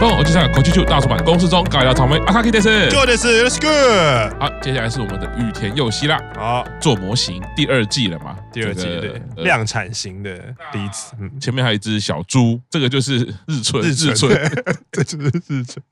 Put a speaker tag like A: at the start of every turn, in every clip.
A: 东，我就像口气就大出版公司中改良草莓阿卡基电视。
B: 就的是 Let's Go。
A: 好，接下来是我们的雨田佑希啦，
B: 好，
A: 做模型第二季了嘛？
B: 第二季
A: 这个
B: 对
A: 呃
B: 量产型的梨子，嗯，
A: 前面还有一只小猪，这个就是日春，
B: 日
A: 日
B: 春
A: 春，
B: 这就是日春。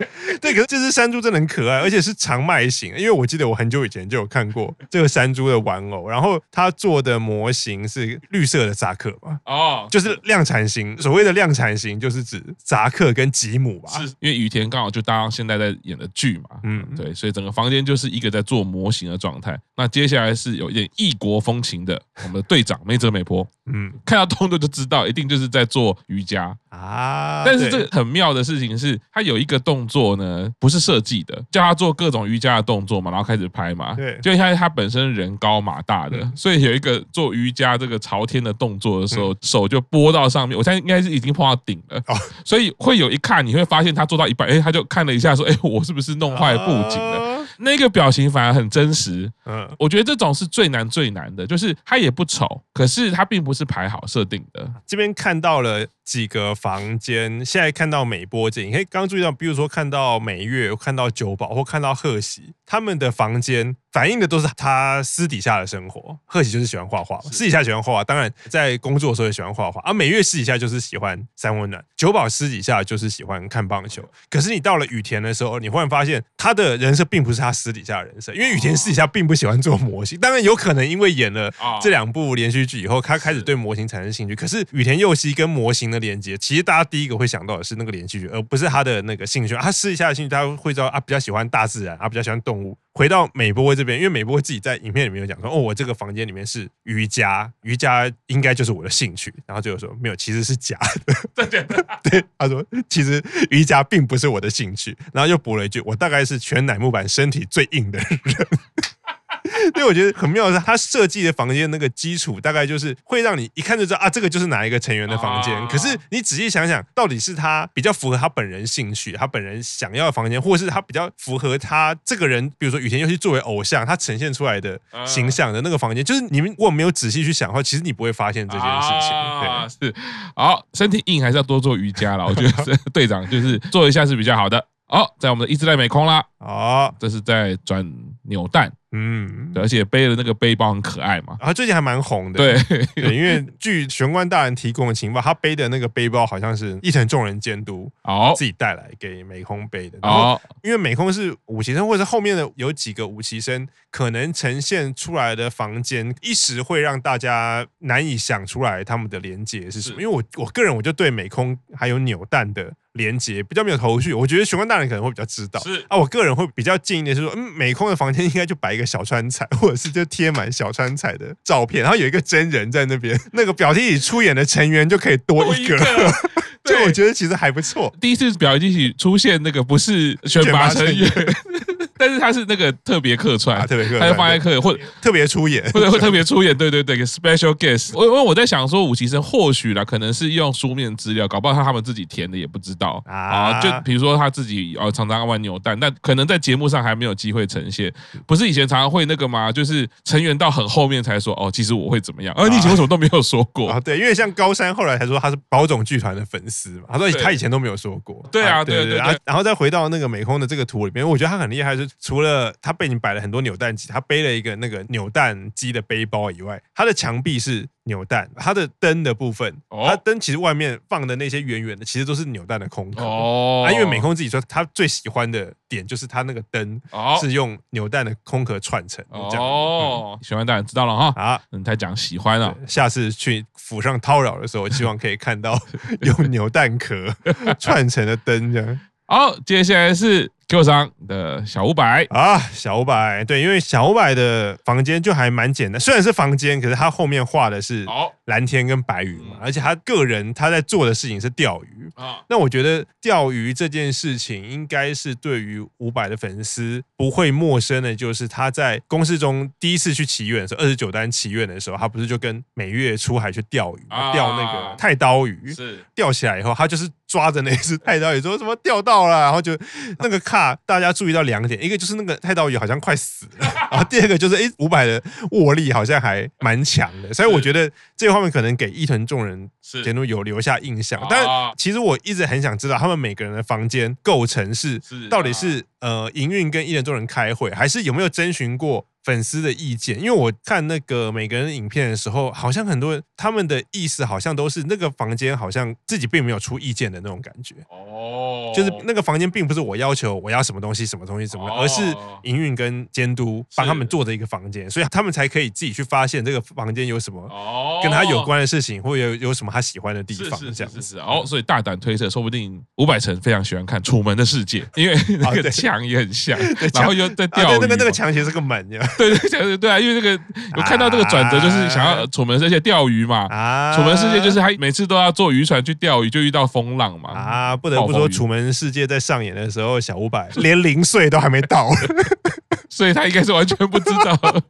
B: 对，可是这只山猪真的很可爱，而且是长麦型，因为我记得我很久以前就有看过这个山猪的玩偶，然后它做的模型是绿色的扎克嘛，
A: 哦，
B: 就是量产型。所谓的量产型，就是指扎克跟吉姆吧。
A: 是因为雨田刚好就搭现在在演的剧嘛，
B: 嗯，
A: 对，所以整个房间就是一个在做模型的状态。那接下来是有一点异国风情的，我们的队长梅泽美波，
B: 嗯
A: 看到动作就知道一定就是在做瑜伽。
B: 啊，
A: 但是这
B: 对
A: 个很妙的事情是，他有一个动作呢，不是设计的，叫他做各种瑜伽的动作嘛，然后开始拍嘛。
B: 对嗯
A: 就因为他本身人高马大的，所以有一个做瑜伽这个朝天的动作的时候，手就拨到上面，我相信应该是已经碰到顶了。
B: 嗯哦
A: 所以会有一看，你会发现他做到一半，哎，他就看了一下，说，哎，我是不是弄坏布景了？
B: 啊
A: 那个表情反而很真实，
B: 嗯，
A: 我觉得这种是最难最难的，就是它也不丑，可是它并不是排好设定 的。
B: 这边看到了几个房间，现在看到美波姐，你可以刚刚注意到，比如说看到美月、看到九保或看到贺喜，他们的房间反映的都是他私底下的生活。贺喜就是喜欢画画嘛，私底下喜欢画画，当然在工作的时候也喜欢画画。而、美月私底下就是喜欢三温暖，九保私底下就是喜欢看棒球。可是你到了羽田的时候，你忽然发现他的人设并不是他私底下的人设，因为羽田私底下并不喜欢做模型，当然有可能因为演了
A: 啊
B: 这两部连续剧以后，他开始对模型产生兴趣。可是羽田佑希跟模型的连接，其实大家第一个会想到的是那个连续剧，而不是他的那个兴趣。他试一下的兴趣，他会知道啊，比较喜欢大自然，啊，比较喜欢动物。回到美波这边，因为美波自己在影片里面有讲说，哦，我这个房间里面是瑜伽，瑜伽应该就是我的兴趣。然后就有说没有，其实是 假的。对，他说其实瑜伽并不是我的兴趣，然后又补了一句，我大概是全乃木坂身体最硬的人。 因为我觉得很妙的是，他设计的房间那个基础大概就是会让你一看就知道啊，这个就是哪一个成员的房间。
A: 啊
B: 可是你仔细想想，到底是他比较符合他本人兴趣，他本人想要的房间，或者是他比较符合他这个人，比如说羽田佑希作为偶像，他呈现出来的形象的那个房间，就是你们如果没有仔细去想的话，其实你不会发现这件事情。对。
A: 啊、是好，身体硬还是要多做瑜伽啦。我觉得是 队长就是做一下是比较好的。好，在我们的一直在美空啦，
B: 哦，
A: 这是在转扭蛋，
B: 嗯，
A: 对而且背的那个背包很可爱嘛。
B: 然后啊最近还蛮红的。
A: 对，
B: 对，因为据玄关大人提供的情报，他背的那个背包好像是伊藤众人监督
A: 好，
B: 自己哦带来给美空背
A: 哦
B: 的。然后，
A: 好，
B: 因为美空是武旗生，或者是后面的有几个武旗生可能呈现出来的房间，一时会让大家难以想出来他们的连接是什么。
A: 是
B: 因为我我个人我就对美空还有扭蛋的连接比较没有头绪，我觉得玄关大人可能会比较知道。
A: 是
B: 啊，我个人会比较建议的是说，嗯，美空的房间应该就摆一个小川彩，或者是就贴满小川彩的照片，然后有一个真人在那边，那个表弟里出演的成员就可以多一个，就
A: 对
B: 我觉得其实还不错。
A: 第一次表演一起出现那个不是选拔成员
B: 选拔，
A: 但是他是那个特别客串，
B: 啊特别客串
A: 他就放在客或者
B: 特别出演，
A: 会会特别出演，对对对，special guest。我因为我在想说，武其生或许啦，可能是用书面资料，搞不好他他们自己填的也不知道
B: 啊
A: 啊就比如说他自己哦，常常玩扭蛋，但可能在节目上还没有机会呈现。不是以前常常会那个吗？就是成员到很后面才说哦，其实我会怎么样，而、你以前为什么都没有说过？
B: 啊，对，因为像高山后来才说他是宝冢剧团的粉丝嘛，他说
A: 对
B: 他以前都没有说过。
A: 对啊对对
B: 然后然后再回到那个美空的这个图里面，我觉得他很厉害，是除了他背景摆了很多扭蛋机，他背了一个那个扭蛋机的背包以外，他的墙壁是。扭蛋，它的灯的部分，
A: 哦
B: 它灯其实外面放的那些圆圆的，其实都是扭蛋的空壳。
A: 哦，
B: 啊，因为美空自己说，他最喜欢的点就是他那个灯
A: 哦
B: 是用扭蛋的空壳串成这样。嗯
A: 哦，喜欢当然知道了哈。
B: 啊，
A: 嗯，他讲喜欢了、
B: 下次去府上叨扰的时候，希望可以看到用牛蛋壳串成的灯这样
A: 好，接下来是 Q 商的小五百，
B: 啊。小柏对，因为小柏的房间就还蛮简单，虽然是房间，可是他后面画的是
A: 好
B: 蓝天跟白云嘛，而且他个人他在做的事情是钓鱼。
A: 啊，
B: 那我觉得钓鱼这件事情，应该是对于伍佰的粉丝不会陌生的，就是他在公式中第一次去祈愿的时候，二十九单祈愿的时候，他不是就跟每月出海去钓鱼，
A: 啊
B: 钓那个太刀鱼，
A: 是
B: 钓起来以后，他就是抓着那只太刀鱼说什么钓到了，然后就那个卡大家注意到两点，一个就是那个太刀鱼好像快死了，然后第二个就是哎五百的握力好像还蛮强的，所以我觉得这个方面可能给伊藤众人
A: 是
B: 节目有留下印象
A: 啊。
B: 但其实我一直很想知道他们每个人的房间构成是
A: 是啊
B: 到底是呃营运跟艺人众人开会，还是有没有征询过粉丝的意见？因为我看那个每个人的影片的时候，好像很多人他们的意思好像都是那个房间好像自己并没有出意见的那种感觉。
A: 哦，
B: 就是那个房间并不是我要求我要什么东西什么东西什么，
A: 哦
B: 而是营运跟监督帮他们做的一个房间，所以他们才可以自己去发现这个房间有什么
A: 哦
B: 跟他有关的事情，或有有什么他喜欢的地
A: 是
B: 方
A: 是
B: 这
A: 是
B: 样
A: 是
B: 子。
A: 是，哦，所以大胆推测，说不定伍佰成非常喜欢看《楚门的世界》， 因为那
B: 啊对
A: 个墙也很像，然后又在
B: 啊，
A: 钓鱼嘛，
B: 对，那个那个墙其实是个门 呀
A: 对对对对啊，因为这个有看到这个转折，就是想要
B: 啊
A: 《楚门的世界》钓鱼嘛，
B: 啊！
A: 楚门世界》就是他每次都要坐渔船去钓鱼，就遇到风浪嘛。
B: 啊，不得不
A: 暴风
B: 说，《
A: 雨
B: 楚门世界》在上演的时候，小五百 连零岁都还 没到。
A: 所以他应该是完全不知 道。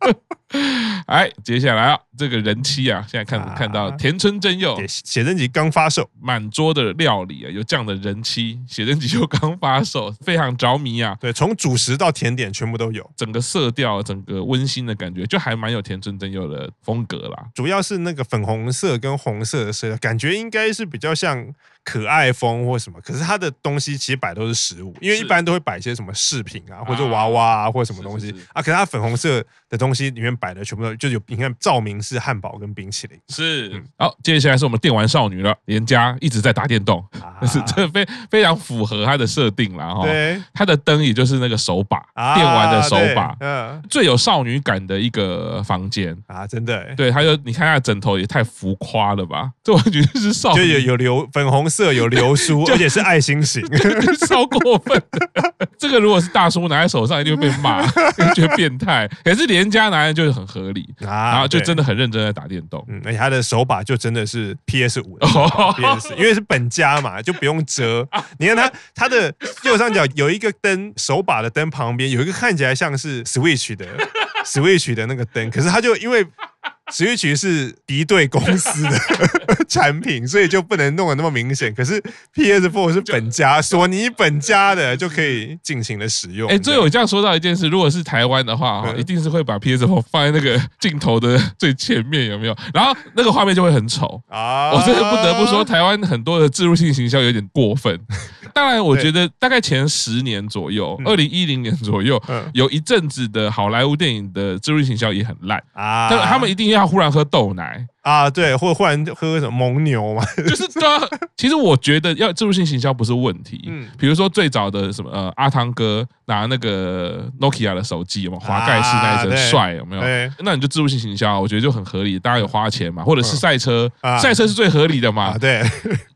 A: 哎，接下来啊，这个人妻啊，现在看
B: 啊
A: 看到田村真佑
B: 对写真集刚发售，
A: 满桌的料理啊，有这样的人妻，写真集又刚发售， 非常着迷啊。
B: 对，从主食到甜点全部都有。
A: 整个色调，整个温馨的感觉，就还蛮有田村真佑的风格啦。
B: 主要是那个粉红色跟红色的色调，感觉应该是比较像可爱风或什么。可是它的东西其实摆都是食物，因为
A: 是
B: 一般都会摆一些什么饰品啊，或者娃娃啊，或者什么东西
A: 是是是
B: 啊。可是它粉红色的东西里面摆的全部都就有，你看照明是汉堡跟冰淇淋
A: 是，嗯好，接下来是我们电玩少女了，连家一直在打电动，
B: 啊
A: 但 是哦这非非常符合她的设定啦。哈。
B: 对
A: 她的灯也就是那个手把，
B: 啊
A: 电玩的手把
B: 对，嗯
A: 最有少女感的一个房间。
B: 啊，真的欸。
A: 对，他就你看他的枕头也太浮夸了吧？这完全就是少
B: 就
A: 女，
B: 有有流粉红色有流苏， 而且是爱心型，
A: 超过分 的。这个如果是大叔拿在手上，一定会被 骂，觉得变态。可是连家拿来就是很合理，
B: 啊
A: 然后就
B: 对
A: 真的很认真的打电 动。
B: 嗯，而且它的手把就真的是 PS 五
A: 哦啊
B: ，PS，因为是本家嘛，就不用 折。你看它它的右上角有一个灯，手把的灯旁边有一个看起来像是 Switch 的 Switch 的那个灯，可是它就因为 Switch 是敌对公司的 产品，所以就不能弄得那么明显。可是 PS Four 是本家，索尼本家的就可以尽情的使用。
A: 哎，最有这样说到一件事，如果是台湾的话，哈，
B: 嗯
A: 一定是会把 PS4 放在那个镜头的最前面，有没有？然后那个画面就会很丑。
B: 啊
A: 我真的不得不说，台湾很多的植入性行销有点过 分。当然，我觉得大概前十年左右，二零一零年左右
B: 嗯，
A: 有一阵子的好莱坞电影的植入性行销也很烂，
B: 啊
A: 但他们一定要忽然喝豆 奶，
B: 啊，对，或忽然喝什么蒙牛嘛，
A: 就是对啊。其实我觉得要植入性行销不是问题，
B: 嗯
A: 比如说最早的什么呃阿汤哥拿那个 Nokia 的手机，有没有滑盖式那一
B: 啊对
A: 阵帅有没有？
B: 对。
A: 那你就植入性行销，我觉得就很合理，大家有花钱嘛，或者是赛车
B: 嗯啊，
A: 赛车是最合理的嘛
B: 啊，，对，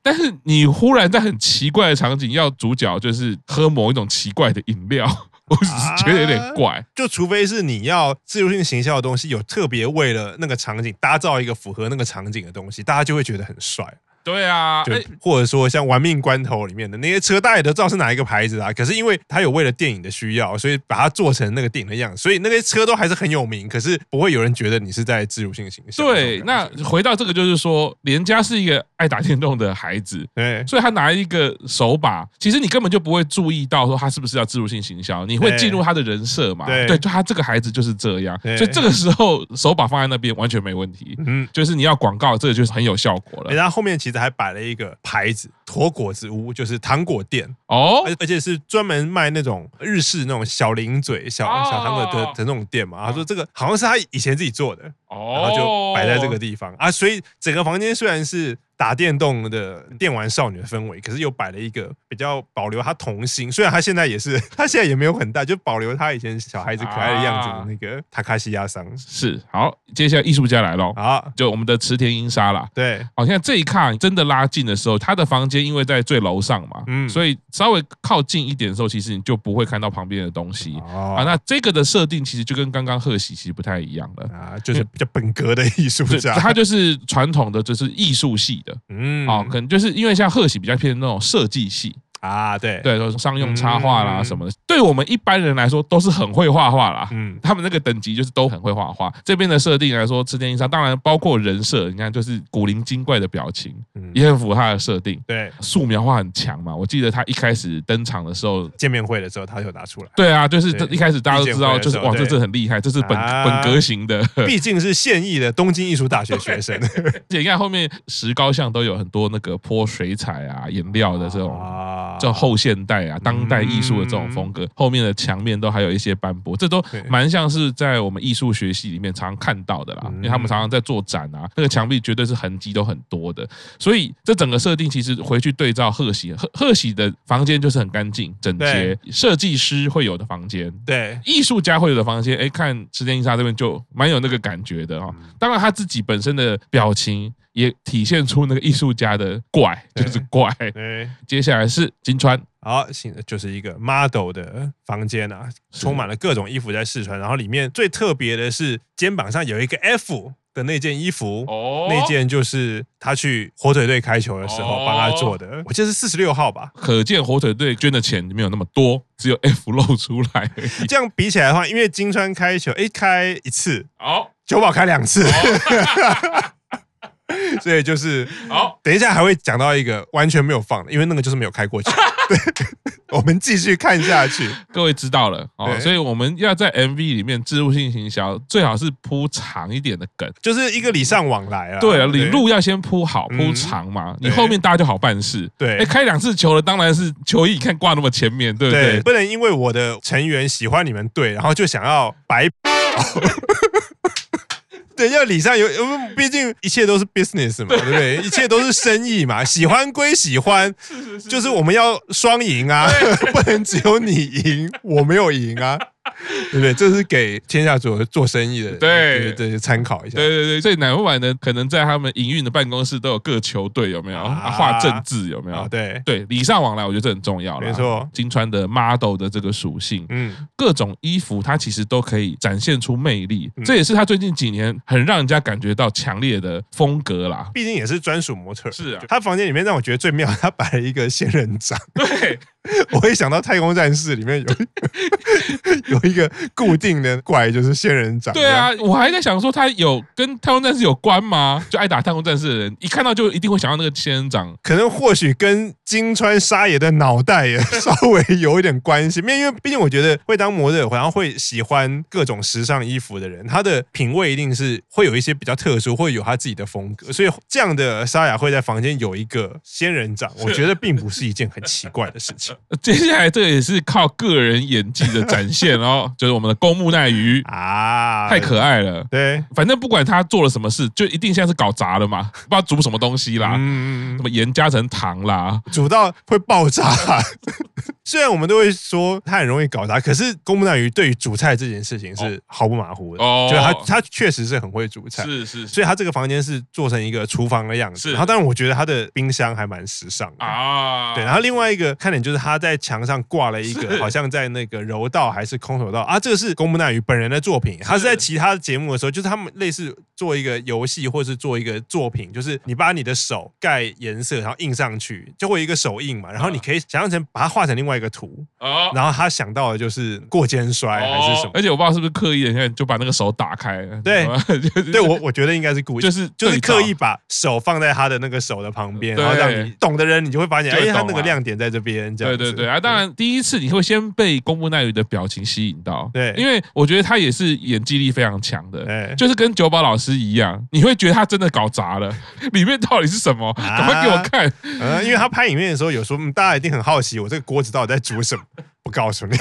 A: 但是你忽然在很奇怪的场景要主角就是喝某一种奇怪的饮料， 我只是觉得有点怪。
B: 就除非是你要自由性行销的东西，有特别为了那个场景打造一个符合那个场景的东西，大家就会觉得很帅。
A: 对啊，
B: 就
A: 哎
B: 或者说像《玩命关头》里面的那些车，大家也都知道是哪一个牌子啊。可是因为它有为了电影的需要，所以把它做成那个电影的样子，所以那些车都还是很有名。可是不会有人觉得你是在自由性行销。
A: 对，
B: 那
A: 那
B: 种感觉
A: 回到这个，就是说，连家是一个爱打电动的孩子，
B: 对
A: 所以他拿一个手把，其实你根本就不会注意到说他是不是要植入性行销，你会
B: 对
A: 进入他的人设嘛？
B: 对
A: 对，就他这个孩子就是这样，
B: 对
A: 所以这个时候手把放在那边完全没问题。
B: 嗯。
A: 就是你要广告，这个就是很有效果
B: 诶
A: 了。
B: 然后后面其实还摆了一个牌子“驼果子屋”，就是糖果店，
A: 哦，
B: 而而且是专门卖那种日式那种小零嘴、小
A: 哦嗯
B: 小糖果的的那种店嘛。他说这个好像是他以前自己做的，哎然
A: 哦，
B: 后就摆在这个地方啊。所以整个房间虽然是打电动的电玩少女的氛围，可是又摆了一个比较保留她童心，虽然她现在也是， 她现在也没有很大，就保留她以前小孩子可爱的样子
A: 啊
B: 的那个塔卡西亚桑
A: 是好。接下来艺术家来喽，
B: 啊，
A: 就我们的池田英沙啦。
B: 对，
A: 好像这一卡真的拉近的时候，他的房间因为在最楼上嘛，
B: 嗯
A: 所以稍微靠近一点的时候，其实你就不会看到旁边的东西。啊，
B: 哦。
A: 那这个的设定其实就跟刚刚贺喜其实不太一样了，
B: 啊，就是比较本格的艺术
A: 嗯对，
B: 家，
A: 它就是传统的，就是艺术系的
B: 嗯
A: 哦啊，可能就是因为像贺喜比较偏那种设计系
B: 啊，对，
A: 对，说商用插画啦
B: 嗯
A: 什么的，对我们一般人来说都是很会画画啦。
B: 嗯，
A: 他们那个等级就是都很会画画。这边的设定来说，赤田一沙当然包括人设，你看就是古灵精怪的表情，
B: 嗯
A: 也很符合他的设定。
B: 对，
A: 素描画很强嘛，我记得他一开始登场的时候。
B: 见面会的时候他就拿出来，
A: 对啊，就是
B: 对
A: 一开始大家都知道，
B: 意见会
A: 就
B: 的时
A: 是
B: 候
A: 哇，这
B: 对
A: 这很厉害，这是本
B: 啊
A: 本格型的。
B: 毕竟是现役的东京艺术大学 学生，
A: 你看后面石膏像都有很多那个泼水彩啊、颜料的这种
B: 啊嗯
A: 这种后现代啊、当代艺术的这种风格，后面的墙面都还有一些斑驳，这都
B: 对
A: 蛮像是在我们艺术学系里面常常看到的啦。
B: 嗯
A: 因为他们常常在做展啊，那个墙壁绝对是痕迹都很多的，所以这整个设定其实回去对照贺喜，贺贺喜的房间就是很干净、整洁，设计师会有的房间。
B: 对，
A: 艺术家会有的房间，哎，看时间印刷这边就蛮有那个感觉的哈、哦。当然，他自己本身的表情也体现出那个艺术家的怪，
B: 对
A: 就是怪。
B: 对，
A: 接下来是金川，
B: 好，行，就是一个 model 的房间啊，
A: 是
B: 充满了各种衣服在试穿，然后里面最特别的是肩膀上有一个 F 的那件衣服。
A: 哦
B: 那件就是他去火腿队开球的时候
A: 哦
B: 帮他做的，我记得是四十六号吧。
A: 可见火腿队捐的钱没有那么多，只有 F 露出来而已。
B: 这样比起来的话，因为金川开球，哎，开一次，
A: 好，
B: 九宝开两次，
A: 哦
B: 所以就是
A: 好，
B: 等一下还会讲到一个完全没有放的，因为那个就是没有开过去。对，我们继续看下去。
A: 各位知道了哦，
B: 对
A: 所以我们要在 MV 里面植入性行销，最好是铺长一点的梗。
B: 就是一个礼尚往来啊。
A: 对了，你路要先铺好、铺
B: 嗯
A: 长嘛，你
B: 对
A: 后面大家就好办事。
B: 对
A: 哎，开两次球了，当然是球衣，你看挂那么前面，对不
B: 对
A: 对？
B: 不能因为我的成员喜欢你们队，然后就想要 白。对，要礼尚有，嗯毕竟一切都是 business 嘛，对不 对？一切都是生意嘛，喜欢归喜欢，就是我们要双赢啊， 不能只有你赢，我没有赢啊，对不对？这是给天下所有做生意的人，
A: 对
B: 对，参考一下。
A: 对对对，所以南湾呢，可能在他们营运的办公室都有各球队有没有
B: 啊
A: 啊画政治有没
B: 啊，
A: 有？
B: 对，
A: 对，礼尚往来，我觉得这很重要了。
B: 没错
A: 金川的 model 的这个属性，
B: 嗯，
A: 各种衣服它其实都可以展现出魅力，
B: 嗯
A: 这也是他最近几年很让人家感觉到强烈的风格啦。
B: 毕竟也是专属模特，
A: 是啊
B: 他房间里面让我觉得最妙，他摆了一个仙人掌。
A: 对，
B: 我会想到《太空战士》里面有有 一个固定的怪，就是仙人掌。
A: 对啊，我还在想说他有跟太空战士有关吗？就爱打太空战士的人，一看到就一定会想到那个仙人掌。
B: 可能或许跟金川沙也的脑袋也 稍微有一点关系，因为因为毕竟我觉得会当模特，然后会喜欢各种时尚衣服的人，他的品味一定是会有一些比较特殊，会有他自己的风格，所以这样的沙雅会在房间有一个仙人 掌，我觉得并不是一件很奇怪的事情
A: 接下来这也是靠个人演技的展现哦，就是我们的公木奈 鱼，
B: 啊，
A: 太可爱了。
B: 对，
A: 反正不管他做了什么事，就一定现在是搞砸了嘛，不知道煮什么东西啦，
B: 嗯
A: 什么盐加成糖啦，
B: 煮到会爆炸。 虽然我们都会说它很容易搞砸，可是公布大鱼对于煮菜这件事情是毫不马虎的，
A: 哦
B: 就是他他确实是很会煮菜。
A: 是是是
B: 所以他这个房间是做成一个厨房的样子，
A: 是
B: 然后当然我觉得他的冰箱还蛮时尚的，
A: 啊，
B: 对。然后另外一个看点就是他在墙上挂了一个，好像在那个柔道还是空手道啊，这个是宫木奈宇本人的作品。他是在其他节目的时候，就是他们类似做一个游戏或是做一个作品，就是你把你的手盖颜色，然后印上去，就会有一个手印嘛。然后你
A: 啊
B: 可以想象成把它画成另外一个图。
A: 哦
B: 然后他想到的就是过肩摔还是什么？
A: 而且我不知道是不是刻意的，现在就把那个手打开，
B: 对，
A: 就是
B: 对我我觉得应该是故意，
A: 就是
B: 就是
A: 对照
B: 刻意把手放在他的那个手的旁边，
A: 对
B: 然后让你懂的人，你就会发现，
A: 就会
B: 哎，他
A: 懂
B: 那个
A: 啊
B: 亮点在这边，这样
A: 对
B: 子
A: 对对啊！当然，第一次你会先被公布奈宇的表情吸引到，
B: 对
A: 因为我觉得他也是演技力非常强的。
B: 哎，
A: 就是跟九保老师一样，你会觉得他真的搞砸 了，里面到底是什么？
B: 啊
A: 赶快给我看！
B: 嗯，因为他拍影片的时候，有时候嗯大家一定很好奇，我这个锅子到底在煮什么？不告诉你，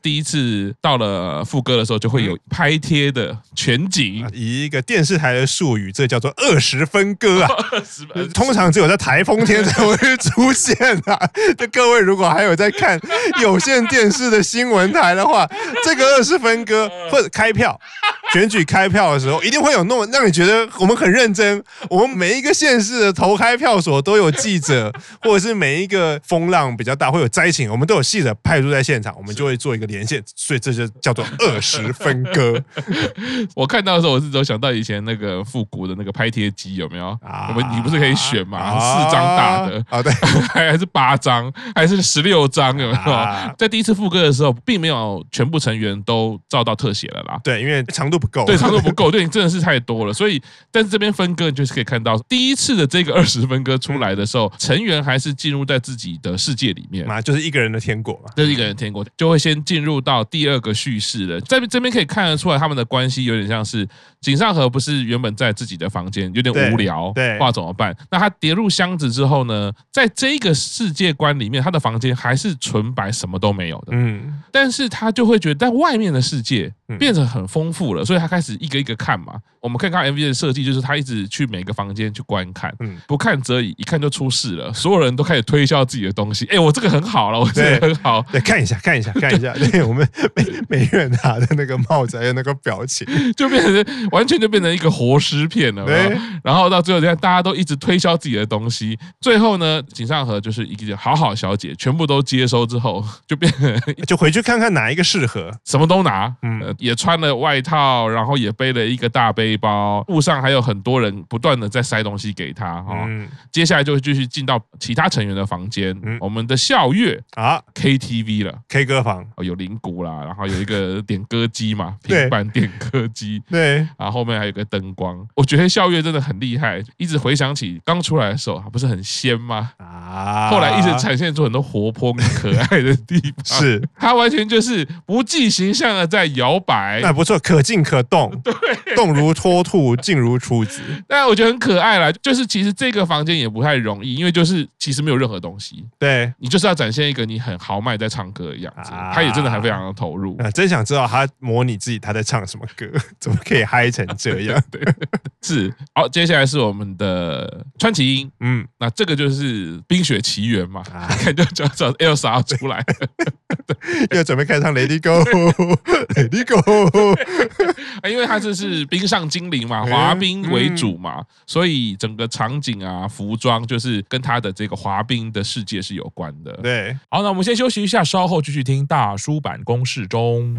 A: 第一次到了副歌的时候，就会有拍贴的全景，
B: 以一个电视台的术语，这叫做二十分割啊。
A: 是吧
B: 通常只有在台风天才会出现啊！这各位如果还有在看有线电视的新闻台的话，这个二十分 割
A: 嗯
B: 或者开票选举开票的时候，一定会有弄让你觉得我们很认真。我们每一个县市的投开票所都有记者，或者是每一个风浪比较大会有灾情，我们都有记者派驻在现场，我们就会做一个连线，所以这就叫做二十分 割。
A: 我看到的时候，我是只有想到以前那个复古的那个拍贴机有没有？
B: 啊
A: 我们你不是可以选嘛，
B: 啊
A: 四张大大的，
B: 啊，对，
A: 还还是八张，还是十六张，有没
B: 啊
A: 有？在第一次副歌的时候，并没有全部成员都照到特写了啦。
B: 对，因为长度不够，
A: 对，长度不够，对你真的是太多了。所以，但是这边分割，你就是可以看到，第一次的这个二 十分割出来的时候，成员还是进入在自己的世界里面。
B: 嘛，就是一个人的天国嘛。
A: 这是一个人天国，就会先进入到第二个叙事了。在这边可以看得出来，他们的关系有点像是井上和不是原本在自己的房间有点无聊，
B: 对对
A: 不知道怎么办。那他跌入箱子之后呢，在这个世界观里面，他的房间还是纯白，什么都没有的。
B: 嗯，
A: 但是他就会觉得在外面的世界
B: 嗯
A: 变得很丰富了，所以他开始一个一个看嘛。我们可以看到 MV 的设计，就是他一直去每个房间去观看，
B: 嗯
A: 不看则已，一看就出事了。所有人都开始推销自己的东西，哎，我这个很好了，我这个很好，
B: 对，看一下，看一下，看 一下，对我们每每个人拿的那个帽子还有那个表情，
A: 就变成完全就变成一个活尸片了。有没有
B: 对
A: 然后到最后，你看大家都一直推销自己的东西，最后呢，井上和就是一个好好小姐，全部都接收之后，就变成
B: 就回去看看哪一个适合。
A: 什么都拿，
B: 嗯
A: 嗯、也穿了外套，然后也背了一个大背包，路上还有很多人不断的在塞东西给他 哦。
B: 嗯，
A: 接下来就继续进到其他成员的房间，
B: 嗯
A: 我们的校乐
B: 啊
A: KTV 了。
B: ，K 歌房，
A: 哦，有铃鼓啦，然后有一个点歌机嘛，
B: 对
A: 平板点歌机，
B: 对，
A: 然后后面还有一个灯光。我觉得校乐真的很厉害，一直回想起刚出来的时候，它不是很仙吗？
B: 啊，
A: 后来一直啊展现出很多活泼跟可爱的地方，
B: 是，
A: 它完全就是不计形象的在摇摆，
B: 那不错，可进可动，对，动如脱兔，静如处子，
A: 但我觉得很可爱啦，就是其实这个房间也不太容易，因为就是其实没有任何东西，
B: 对。
A: 你就是要展现一个你很豪迈在唱歌的样子
B: 啊，
A: 他也真的还非常的投 入。
B: 啊，真想知道他模拟自己他在唱什么歌，怎么可以嗨成这 样？
A: 是，好，接下来是我们的川崎英，
B: 嗯，
A: 那这个就是《冰雪奇缘》嘛，
B: 啊
A: 看就就找 Elsa 要出来，
B: 要准备开唱《Lady Go》，Lady Go，
A: 啊因为它这是冰上精灵
B: 嗯
A: 嘛，滑冰为主嘛，所以整个场景啊、服装就是跟他的这个滑冰的世界是有关的。
B: 对，
C: 好，那我们先休息一下，稍后继续听大叔版公式中。